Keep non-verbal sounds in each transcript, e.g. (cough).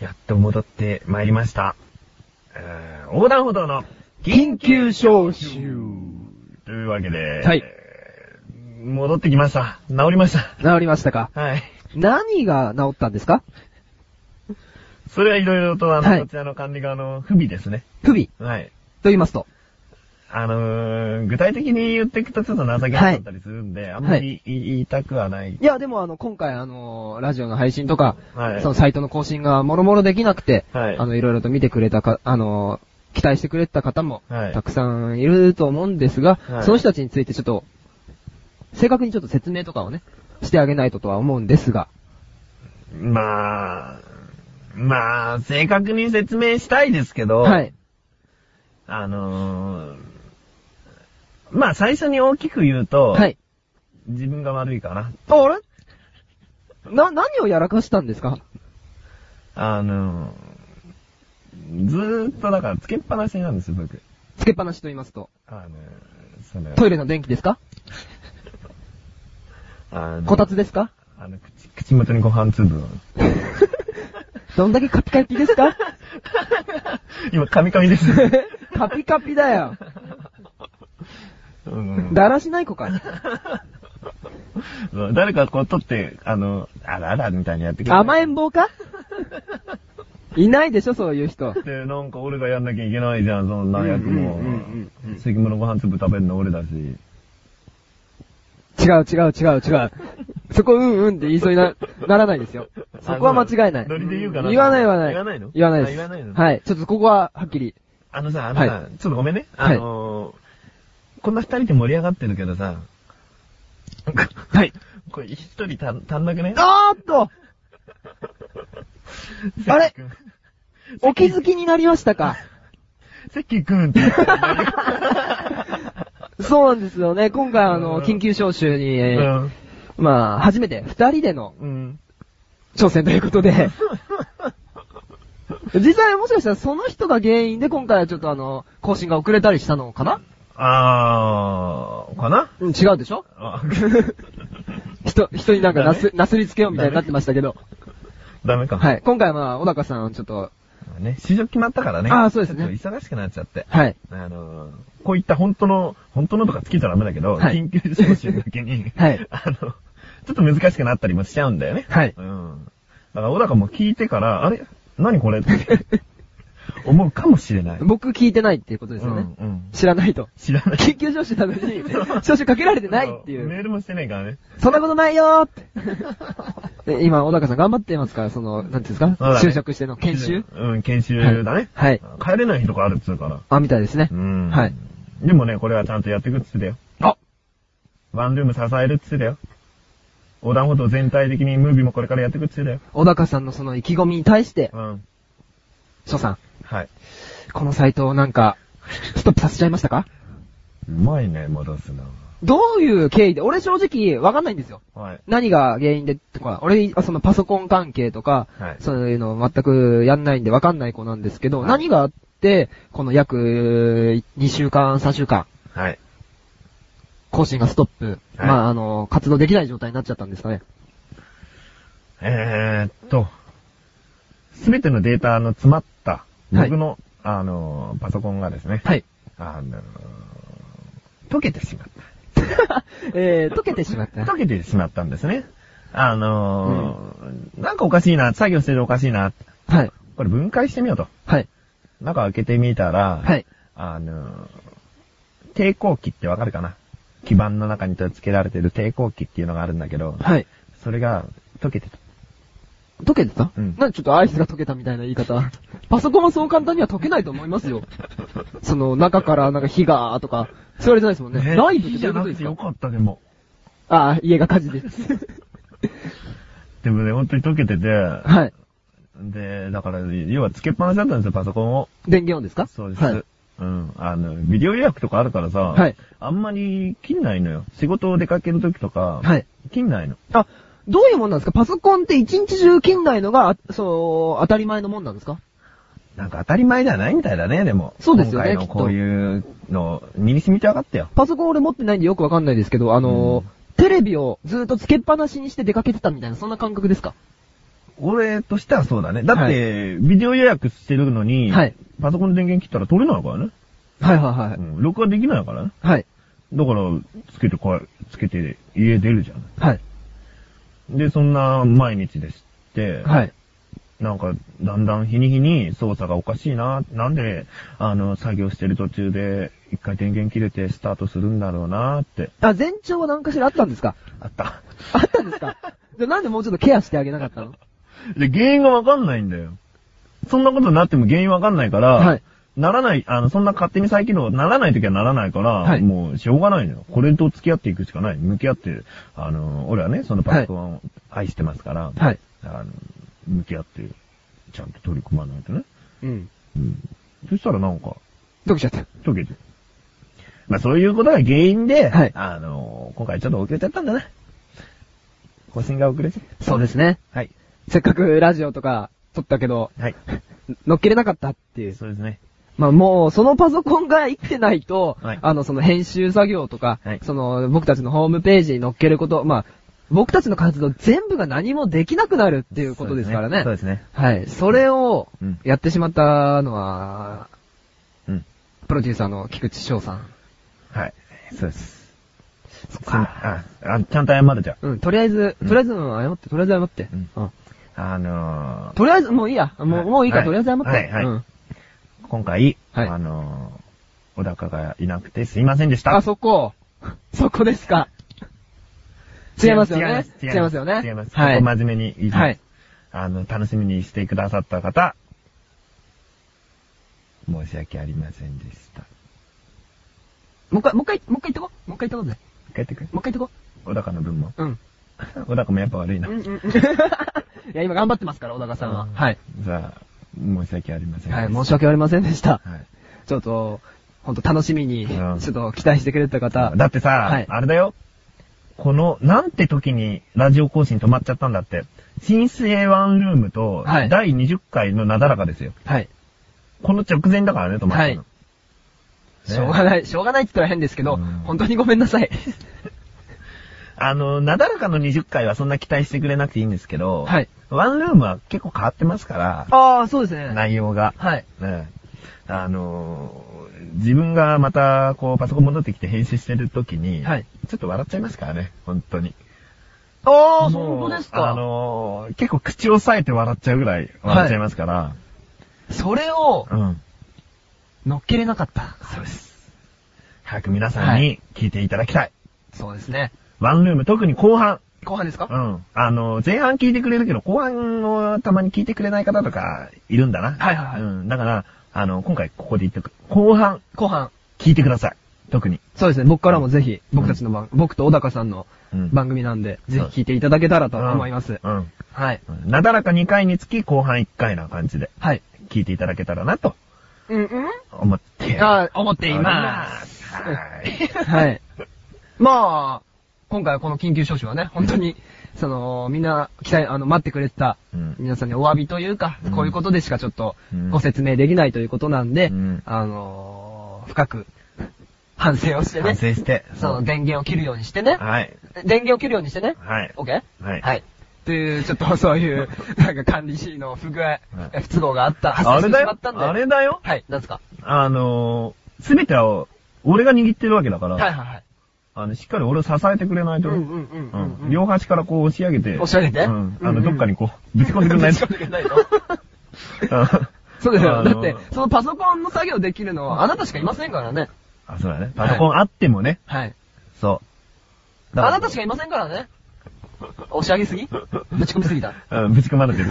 やっと戻ってまいりました。えー横断歩道の緊急招集。というわけで、はいえー戻ってきました。治りまし治りましたかた。はい。何が治ったんですかそれはいろいろと、あの、はいこちらの管理側の不備ですね。不備はい。と言いますと。あのー、具体的に言っていくとちょっと情けなかったりするんで、あんまり言い言いたくはないい。や、でもあの、今回あの、ラジオの配信とか、はいそのサイトの更新がもろもろできなくて、はいあの、いろいろと見てくれたか、あの、期待してくれた方も、はいたくさんいると思うんですが、はいその人たちについてちょっと、正確にちょっと説明とかをね、してあげないととは思うんですが、まあ、まあ、正確に説明したいですけど、はい。あのー、まあ最初に大きく言うと、はい。自分が悪いかな。あれな、何をやらかしたんですかあのー、ずーっとだからつけっぱなしなんですよ、僕。つけっぱなしと言いますと、あのー、その、トイレの電気ですかあのこたつですかあの、口、口元にご飯粒を。 (laughs) (laughs) どんだけカピカピですか (laughs) 今、カミカミです。カピカピだよ。うんだらしない子か。うん誰かこう取って、あの、あらあらみたいにやってくれる甘えん坊かいないでしょ、そういう人。って、なんか俺がやんなきゃいけないじゃん、そんな役もうんうんうんうんうん。関物ご飯粒食べるの俺だし。違う違う違う違う。そこうんうんって言いそうになならないですよ。そこは間違いない。ノリで言うかな言わない言わない。言わないの言わないです。あ言わないのはい。ちょっとここははっきり。あのさ、あのさ、はちょっとごめんね。あはいのー、こんな二人で盛り上がってるけどさ、はい。これ一人足ん足んなくねあーっとあれお気づきになりましたか関君って。そうなんですよね。今回あうんの、緊急招集うに、(laughs) えーん。まあ、初めて二人でのうん。挑戦ということで、 (laughs) 実際もしかしたらその人が原因で今回はちょっとあの、更新が遅れたりしたのかなあー、かなうん、違うでしょあ (laughs) 人、人になんかなすダ、なすりつけようみたいになってましたけど。ダメか。はい。今回はまあ、小高さん、ちょっと、ね、市場決まったからね。あーそうですねちょっと忙しくなっちゃって。はい。あのー、こういった本当の、本当のとかつけちゃダメだけど、はい緊急招集だけに、 (laughs) はい (laughs) あの、ちょっと難しくなったりもしちゃうんだよね。はいうん。だから、小高も聞いてから、あれ何これって思うかもしれ (laughs) ない。僕聞いてないっていうことですよね。うんうん知らないと。知らない。緊急招集なの (laughs) に、招集かけられてないって (laughs) いメう。ールもしてないからね。そんなことないよーって。で今、小高さん頑張ってますから、その、なんていうんですそうかだね就職しての研修うん、研修だね。はい帰れない日とかあるっつうから。あ、みたいですねう。ん。はい。。でもね、これはちゃんとやっていくっつってたよ。あワンルーム支えるっつってたよ。横断歩道全体的にムービーもこれからやっていくっつってたよ。小高さんのその意気込みに対してう、ん。翔さん、はい。このサイトをなんか、ストップさせちゃいましたかうまいね、戻すな。どういう経緯で、俺正直わかんないんですよ。はい。何が原因でとか、俺、そのパソコン関係とか、はいそういうの全くやんないんでわかんない子なんですけど、はい何があって、この約2週間、3週間、はい。更新がストップ、はいまあ、あの、活動できない状態になっちゃったんですかね。えーっと、すべてのデータの詰まった、はい僕の、あのー、パソコンがですね、はい。あのー、溶けてしまっ。(laughs) えー、溶けてしまったた。溶けてしまったんですね。あのー、なんかおかしいな、作業してておかしいな、はい。これ分解してみようと。はい。中開けてみたら、はい。あのー、抵抗器ってわかるかな基板の中に取り付けられてる抵抗器っていうのがあるんだけど、はい。それが溶けてた。溶けてた、うんなんでちょっとアイスが溶けたみたいな言い方。パソコンはそう簡単には溶けないと思います (laughs) よ。その、中からなんか火が、とか、そう言われてないですもんね。内部ってじどういゃうこなとくでてすよかかったでも。ああ、家が火 (laughs) 事です。でもね、本当に溶けてて、はい。で、だから、要はつけっぱなしだったんですよ、パソコンを。電源をですかそうです。はい。うん。あの、ビデオ予約とかあるからさ、はいあんまり切んないのよ。仕事を出かける時とか、はい切んないの。あ、どういうもんなんですかパソコンって一日中切ないのが、あそう、当たり前のもんなんですかなんか当たり前ではないみたいだね、でも。そうですよね今回のこういうの、身に染みて分かったよ。パソコン俺持ってないんでよくわかんないですけど、あのーうんテレビをずっとつけっぱなしにして出かけてたみたいな、そんな感覚ですか俺としてはそうだね。だって、ビデオ予約してるのに、はいパソコンの電源切ったら取れないからね。はいはいはうい。ん、録画できないからね。はい。だから、つけてこい、つけて家出るじゃん。はい。で、そんな毎日でして、はい。なんか、だんだん日に日に操作がおかしいな。なんで、あの、作業してる途中で、一回電源切れてスタートするんだろうなって、あ、前兆は何かしらあったんですかあった。あったんですかじゃあなんでもうちょっとケアしてあげなかったので、原因がわかんないんだよ。そんなことになっても原因わかんないから、はいならない、あの、そんな勝手に再起動ならないときはならないから、はいもうしょうがないのよ。これと付き合っていくしかない。向き合って、あの、俺はね、そのパソコンを愛してますから、はい。あの、向き合って、ちゃんと取り組まないとね。うん。うん。そしたらなんか、解けちゃった。溶けてる。まあそういうことが原因で、はいあの、今回ちょっと遅れちゃったんだね。更新が遅れちゃった。そうですね。はい。せっかくラジオとか撮ったけど、はい。乗っけれなかったっていう。そうですね。まあもう、そのパソコンが生きてないと、はいあの、その編集作業とか、はいその、僕たちのホームページに載っけること、まあ、僕たちの活動全部が何もできなくなるっていうことですからね。そうですね。はい。それをうん、やってしまったのは、うん。プロデューサーの菊池翔さん。はい。そうです。そっすん。あ、あちゃんと謝るじゃん。うん、とりあえず、うんとりあえず、うん謝って、とりあえず謝って。うんうんあのー、とりあえず、もういいや。もはう、いもういいから、はいとりあえず謝って。はいはいうん今回、はいあのー、小高がいなくてすいませんでした。あ、そこ。 (laughs) そこですか。違いますよね。違いますよね。違います。ははいい。。真面目に言います。はい。あの、楽しみにしてくださった方、申し訳ありませんでした。もう一回、もう一回、もう一回言ってこう。もう一回言ってこうぜ。帰ってくれ。もう一回言ってこ小高の分も。 (laughs) う。うん。小高もやっぱ悪いなうん。うんうん。 (laughs) いや、今頑張ってますから、小高さんは。はい。さあ、申し訳ありませんでした。はい、申し訳ありませんでした。はいちょっと、ほんと楽しみに、ちうょんっと期待してくれた方。だってさ、はいあれだよ。この、なんて時にラジオ更新止まっちゃったんだって。新生ワンルームと、はい第20回のなだらかですよ。はい。この直前だからね、止まったの。はいしょうがない、しょうがないって言ったら変ですけど、うん本当にごめんな (laughs) さい。あの、なだらかの20回はそんな期待してくれなくていいんですけど、はいワンルームは結構変わってますから、ああ、そうですね。内容が。はい。ねあのー自分がまた、こう、パソコン戻ってきて編集してる時に、はいちょっと笑っちゃいますからね、本当に。ああ、もう本当ですか。あのー結構口を押さえて笑っちゃうぐらい笑っちゃいますから。それを、うん。乗っけれなかった。そうです。早く皆さんに聞いていただきたい。そうですね。ワンルーム、特に後半。後半ですかうん。あのー前半聞いてくれるけど、後半をたまに聞いてくれない方とか、いるんだな。はいはいはいうん。だから、あの、今回ここで言っておく。後半、後半。聞いてください。特に。そうですね。僕からもぜひ、僕たちの番、僕と小高さんのうん番組なんで、ぜひ聞いていただけたらと思います。うん。はい。うんなだらか2回につき、後半1回な感じで、はい。聞いていただけたらな、とうんうん思って。ああ、思っています。す。 (laughs) はい。はい。まあ、今回はこの緊急招集はね、本当に、その、みんな、期待、あの、待ってくれてたうん、皆さんにお詫びというか、うんこういうことでしかちょっとうん、ご説明できないということなんで、うんあのー深く、反省をしてね反、省して。その、電源を切るようにしてね、はい。電源を切るようにしてね、はい。 OK? はいはい。という、ちょっとそ (laughs) ういう、なんか管理士の不具合、不都合があった、発あ生れしてだしまよったん。で。あれだよ。はい、なんですかあのー、すべてを、俺が握ってるわけだから、はいはいはい。あの、しっかり俺を支えてくれないと。うんうんうんうんうんうん両端からこう押し上げて。押し上げてうん。あうんの、うんどっかにこう、ぶち込んでく (laughs) れないと。ないのうんそうであすよ。だのって、そのパソコンの作業できるのはあなたしかいませんからね。あ、そうだね。パソコンあってもね。はい。そう。あなたしかかいませんからね。押し上げすぎぶち込みすぎた。うん、ぶち込まれ (laughs) てる。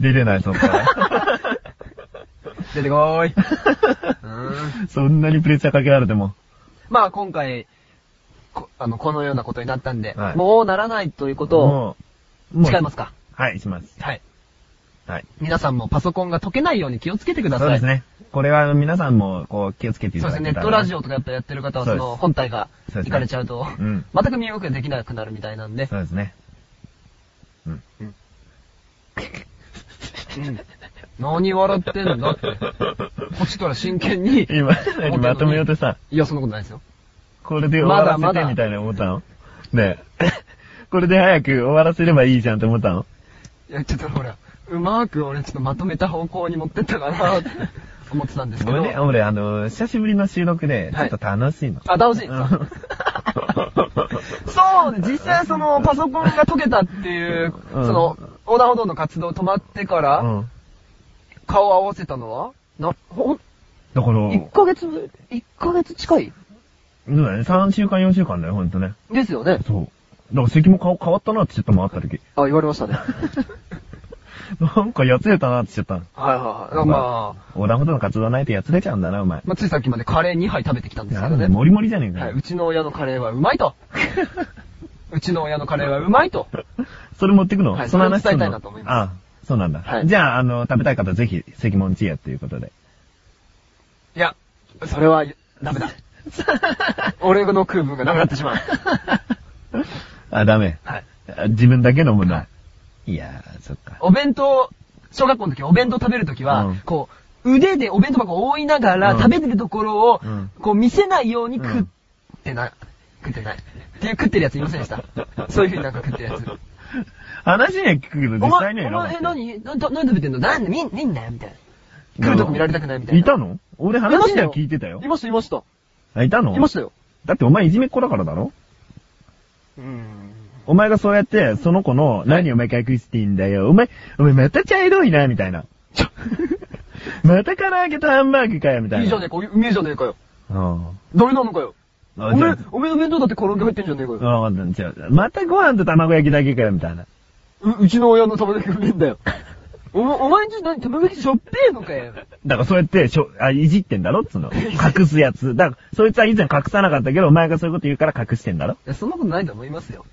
出れない、そっ (laughs) から。出てこーい。 (laughs) うんそんなにプレッシャーかけられても。まあ今回、こあの、このようなことになったんでは、いもうならないということをもう、もう誓いますかはい、します。はい。はい。皆さんもパソコンが溶けないように気をつけてください。そうですね。これは皆さんも、こう、気をつけていそたうでだけすね。たら。ネットラジオとかやってやってる方は、そそうのです本体がそうです行ねかれちゃうとうん、全く身動きができなくなるみたいなんで。そうですね。うん。 (laughs) 何笑ってんだって。こっちから真剣に。今、何まとめようとした。いや、そんなことないですよ。これで終わらせてみたいな思ったのねえ。 (laughs) これで早く終わらせればいいじゃんって思ったのいや、ちょっとほら、うまーく俺ちょっとまとめた方向に持ってったか (laughs) なって思ってたんですけごど。めんね、俺、あの、久しぶりの収録で、ちょはっいと楽しいの。あ、楽しいんうですんか (laughs) そう、実際そのパソコンが溶けたっていう、うんその、横断歩道の活動止まってかうら、ん。顔を合わせたのは、な、ほん、だから、 1ヶ月、1ヶ月近いそうだね、3週間、4週間だよ、ほんとね。ですよね。そう。だから席も顔変わったなってちょっと回った時。あ、言われま (laughs) したね。なんかやつれたなってちょっと。はいはいはい。まあ、横断歩道の活動ないとやつれちゃうんだな、お前。まあ、ついさっきまでカレー2杯食べてきたんですけなどんだ、ね。モリモリじゃねえかよ。はい、うちの親のカレーはうまい (laughs) と。うちの親のカレーはうまいと。それ持ってくの、はいその話それを伝えたすんのいなと思いあまあ、そうなんだ。はいじゃあ、あの、食べたい方ぜひ、関門チーヤっていうこと (laughs) で。いや、それは、ダ (laughs) メだ。俺の空分がなくなってしまう。あ、ダメ。はい。あ自分だけ飲むはな。いやー、そっか。お弁当、小学校の時お弁当食べる時は、うんこう、腕でお弁当箱を覆いながうらん食べてるところを、うんこう見せないようにうん食ってない。食ってない。っていう食ってるやついませんでした。そういう風になんか食ってるやつ。話には聞くけど、お実際前、におは前、え、い。何なな何食べてんのなんで見ん、見んなよみたいな。来るとこ見られたくないみたいな。いたの俺話には聞いてたよい。ました、いました。あ、いたのいましたよ。だってお前いじめっ子だからだろうん。お前がそうやって、その子の、何お前隠していいんだよ。お前、お前また茶色いな、みたい (laughs) な。また唐揚げとハンバーグかよ、みたいな。いいじゃねえか、うめえじゃねえかよ。うん。どれなのかよ。あおじゃめあえ、おめえの弁当だってコロンゲ入ってんじゃねえかよ。あわかった。違う。またご飯と卵焼きだけかよ、みたいな。う、うちの親の玉だけくれんだよ。お、お前んち何玉焼きしょっぺえのかよ。だからそうやって、しょ、あ、いじってんだろっつうの。隠すやつ。だから、そいつは以前隠さなかったけど、お前がそういうこと言うから隠してんだろいや、そんなことないと思いますよ。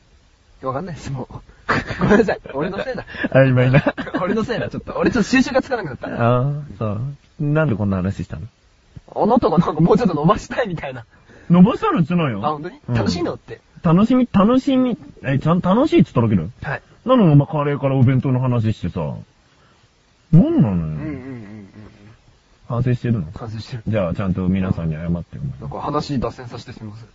わかんないです、もう。 (laughs) ごめんなさい。俺のせいだ。曖昧な。俺のせいだ、ちょっと。俺ちょっと収集がつかなくなった。ああ、そう。なんでこんな話したのあなたがなんかもうちょっと伸ばしたいみたいな。伸ばしたのっつうのあ、よ。本当にうん楽しいのって。楽しみ、楽しみ、え、ちゃん、楽しいっつったらけるはい。なのにお前カレーからお弁当の話してさ。なんなうんうんうんのよ。うん。反省してるの完成してる。じゃあ、ちゃんと皆さんに謝ってよ。なんか話脱線させてすみません。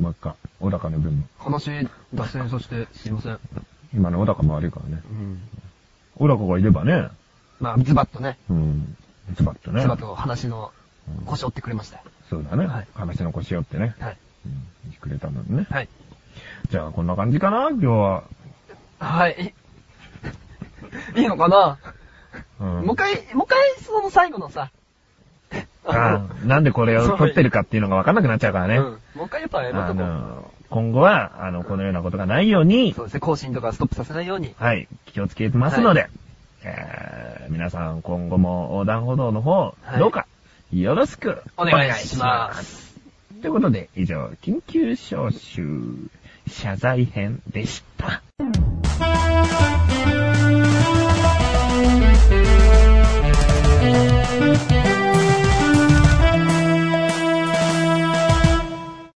真っ赤。小高の分も。話脱線させてすみません。今ね、小高も悪いからね。うん。小高がいればね。まあ、ズバッとね。うん。ズバッとね。ズバッと話の腰折ってくれましたよ。そうだね。はい話の腰折ってね。はい。うん。言ってくれたもんね。はい。じゃあ、こんな感じかな今日は。はい。いい (laughs) のかな、うんもう一回、もう一回、その最後のさ。 (laughs) ああ、なんでこれを撮ってるかっていうのが分かんなくなっちゃうからのね。うん。もう一回やっぱやろうあとこの、今後は、あの、このようなことがないように、そうですね、更新とかストップさせないように。はい、気をつけますので、はえー、皆さん今後も横断歩道の方、はいどうか、よろしくお願いします。ということで、以上、緊急招集、謝罪編でした。